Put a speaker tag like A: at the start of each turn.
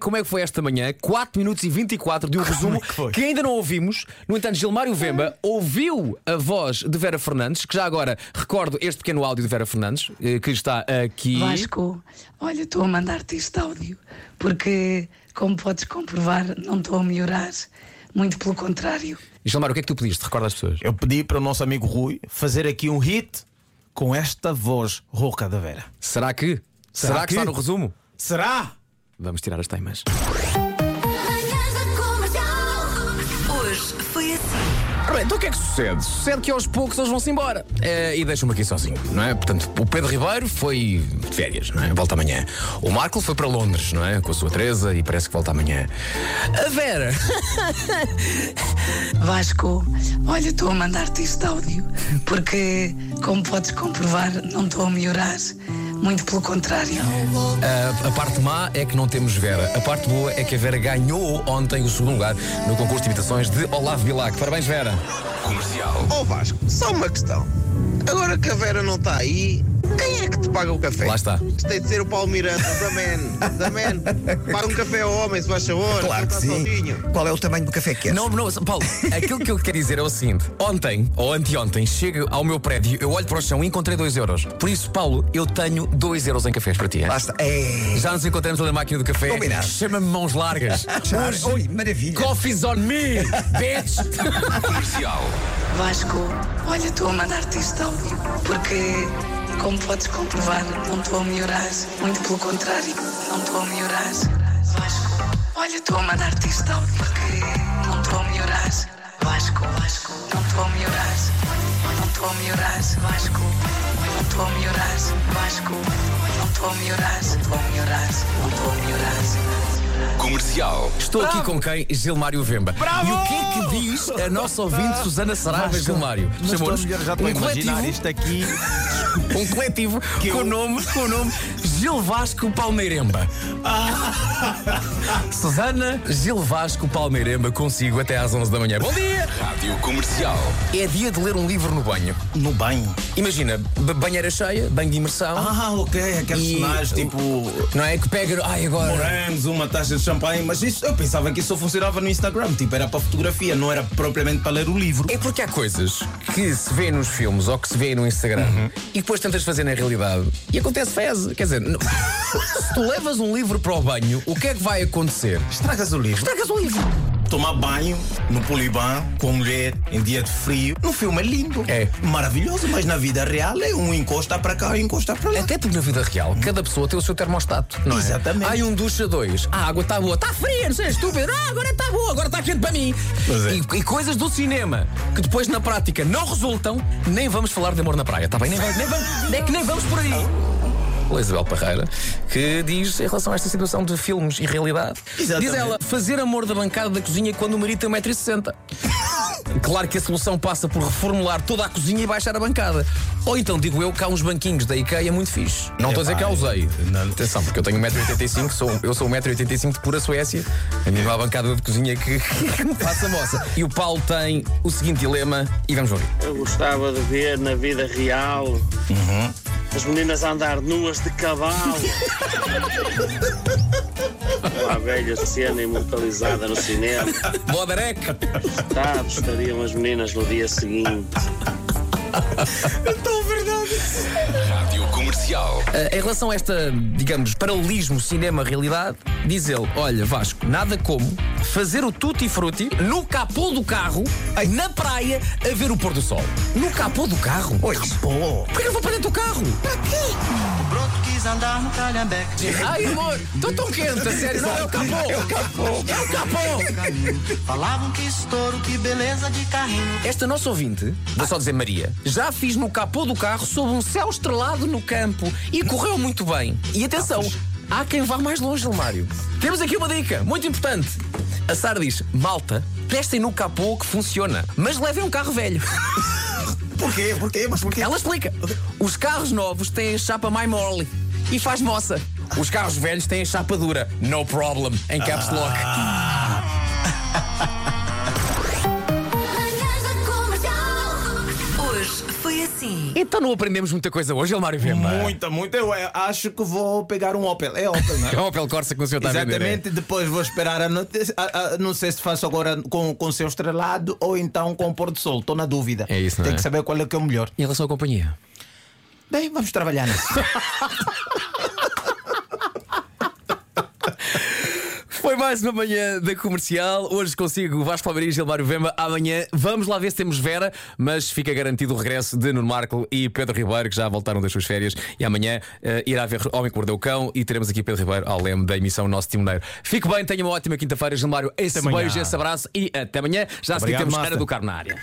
A: como é que foi esta manhã? 4 minutos e 24 de um resumo
B: que foi?
A: que Ah. ainda não ouvimos. No entanto, Gilmário Vemba ouviu a voz de Vera Fernandes, que já agora recordo este pequeno áudio de Vera Fernandes, eh, que está aqui.
C: Vasco, olha, estou a mandar-te este áudio, porque, como podes comprovar, não estou a melhorar, muito pelo contrário.
A: Gilmário, o que é que tu pediste? Recorda as pessoas.
B: Eu pedi para o nosso amigo Rui fazer aqui um hit com esta voz rouca da Vera.
A: Será que? Será,
B: Será
A: que
B: que?
A: está no resumo?
B: Será?
A: Vamos tirar as teimas.
D: Manhãs da Comercial. Hoje foi assim.
A: Ora bem, então o que é que sucede? Sucede que aos poucos eles vão-se embora. Eh, e deixam-me aqui sozinho, não é? Portanto, o Pedro Ribeiro foi de férias, não é? Volta amanhã. O Marco foi para Londres, não é? Com a sua Teresa e parece que volta amanhã. A Vera!
C: Vasco, olha, estou a mandar-te este áudio, porque, como podes comprovar, não estou a melhorar, muito pelo contrário.
A: A, a parte má é que não temos Vera. A parte boa é que a Vera ganhou ontem o segundo lugar no concurso de imitações de Olavo Bilac. Parabéns, Vera.
E: Ó Vasco, só uma questão. Agora que a Vera não está aí, quem é que te paga o café?
A: Lá está.
E: Isto tem de ser o Paulo Miranda, da man, da man. Paga um café ao homem, se faz favor.
F: Claro
E: ele
F: que
E: tá
F: sim.
E: sozinho.
F: Qual é o tamanho do café que é?
A: Não, não, Paulo, aquilo que eu quero dizer é o seguinte: ontem ou anteontem chego ao meu prédio, eu olho para o chão e encontrei 2 euros. Por isso, Paulo, eu tenho 2 euros em cafés para ti. é?
F: Basta. É.
A: Já nos encontramos ali na máquina do café.
F: Combinado.
A: Chama-me mãos largas.
F: Já- Oi, maravilha.
A: Coffee's on me, bitch! Comercial.
C: Vasco, olha, estou a mandar-te este áudio, porque, como podes comprovar, não estou a melhorar, muito pelo contrário, não estou a melhorar. Vasco, olha, estou a mandar-te este áudio, porque não estou a melhorar. Vasco, Vasco, não estou a melhorar, não estou a melhorar. Vasco, não estou a melhorar. Vasco, não estou a melhorar, não estou a melhorar, não estou a melhorar.
A: Estou aqui com quem? Gilmário Vemba.
B: Bravo!
A: E o que é que diz a nossa ouvinte Susana Saraiva
B: Vasco,
A: Gilmário?
B: Mas estou a melhor, já estou a
A: um
B: imaginar
A: coletivo,
B: isto aqui.
A: um coletivo
B: Que
A: com o
B: eu-
A: nome, com o nome Gil Vasco Palmeiremba.
B: Ah.
A: Susana Gil Vasco Palmeiremba consigo até às 11 da manhã. Bom dia!
G: Rádio Comercial.
A: É dia de ler um livro no banho.
B: No banho.
A: Imagina, ba- banheira cheia, banho de imersão.
B: Ah, ok. Aqueles
A: E-
B: sinais tipo.
A: Não é? Que pega. Ai, agora.
B: Morangos, uma taxa de champanhe, mas isso, eu pensava que isso só funcionava no Instagram, tipo, era para fotografia, não era propriamente para ler o livro.
A: É porque há coisas que se vê nos filmes ou que se vê no Instagram e depois tentas fazer na realidade e acontece fez. Quer dizer, não- se tu levas um livro para o banho, o que é que vai acontecer?
B: Estragas o livro.
A: Tragas um livro.
B: Tomar banho no poliban com a mulher em dia de frio. No filme é lindo.
A: É.
B: Maravilhoso, mas na vida real é um encosta para cá, um encosta para lá.
A: Até porque na vida real, cada pessoa tem o seu termostato, não é?
B: Exatamente.
A: Há um ducha dois. A água está boa, está fria, não sei, estúpido. Ah, agora está boa, agora está quente para mim.
B: Pois é.
A: E, e coisas do cinema que depois na prática não resultam, nem vamos falar de amor na praia, está bem? Nem vamos, nem vamos, é que nem vamos por aí. Olá, Isabel Parreira, que diz em relação a esta situação de filmes e realidade,
B: Exatamente.
A: diz ela, fazer amor da bancada da cozinha quando o marido tem 1,60m. Claro que a solução passa por reformular toda a cozinha e baixar a bancada. Ou então digo eu que há uns banquinhos da IKEA muito fixe. Não estou a dizer que
B: Epá,
A: a usei.
B: não.
A: Atenção, porque eu tenho 1,85m, sou, eu sou 1,85m de pura Suécia. A minha má bancada de cozinha que, que me passa moça. E o Paulo tem o seguinte dilema, e vamos ouvir.
H: Eu gostava de ver na vida real as meninas a andar nuas de cavalo. Uma velha cena imortalizada no cinema.
A: Boderek!
H: Tá, estariam as meninas no dia seguinte.
G: Rádio Comercial.
A: Uh, Em relação a esta, digamos, paralelismo cinema-realidade, diz ele: Olha, Vasco, nada como fazer o tutti frutti no capô do carro, na praia, a ver o pôr do sol. No capô do carro? Pois.
F: Pô.
A: Porquê não vou para dentro do carro? Para quê? Bruto quis andar no calhambeque. Ai, amor, estou tão quente, a sério. Não, é o capô. É o capô. É o capô.
I: Falavam que estouro, que beleza de carrinho.
A: Esta nossa ouvinte, vou só dizer Maria, já fiz no capô do carro sob um céu estrelado no campo e correu muito bem. E atenção, há quem vá mais longe, Lemário. Temos aqui uma dica, muito importante. A Sara diz: malta, testem no capô que funciona, mas levem um carro velho.
F: Porquê? Porquê? Mas porquê?
A: Ela explica: os carros novos têm a chapa mais mole e faz moça. Os carros velhos têm a chapa dura. No problem, em caps lock.
D: Manhãs da Comercial. Hoje foi assim. assim.
A: Então não aprendemos muita coisa hoje, Elmário Vemba.
B: Muita, muita. Eu eh, acho que vou pegar um Opel. É Opel, não é?
A: É o Opel Corsa que o senhor está a vender.
B: Exatamente, depois vou esperar a notícia. a- a- não sei se faço agora com, com o seu estrelado ou então com o pôr do sol. Estou na dúvida.
A: É isso, não
B: Tem
A: é?
B: que saber qual é que é o melhor.
A: Em relação à companhia.
B: Bem, vamos trabalhar nisso.
A: Foi mais uma manhã da comercial. Hoje consigo o Vasco Palmeiras e Gilmário Vemba. Amanhã vamos lá ver se temos Vera, mas fica garantido o regresso de Nuno Marco e Pedro Ribeiro, que já voltaram das suas férias. E amanhã eh, irá haver Homem que Mordeu o Cão e teremos aqui Pedro Ribeiro ao leme da emissão Nosso Timoneiro. Fique bem, tenha uma ótima quinta-feira, Gilmário. Esse
B: Até amanhã.
A: beijo, esse abraço e até amanhã. Já se
B: Obrigado,
A: temos
B: Marta.
A: Ana do Carmo na área.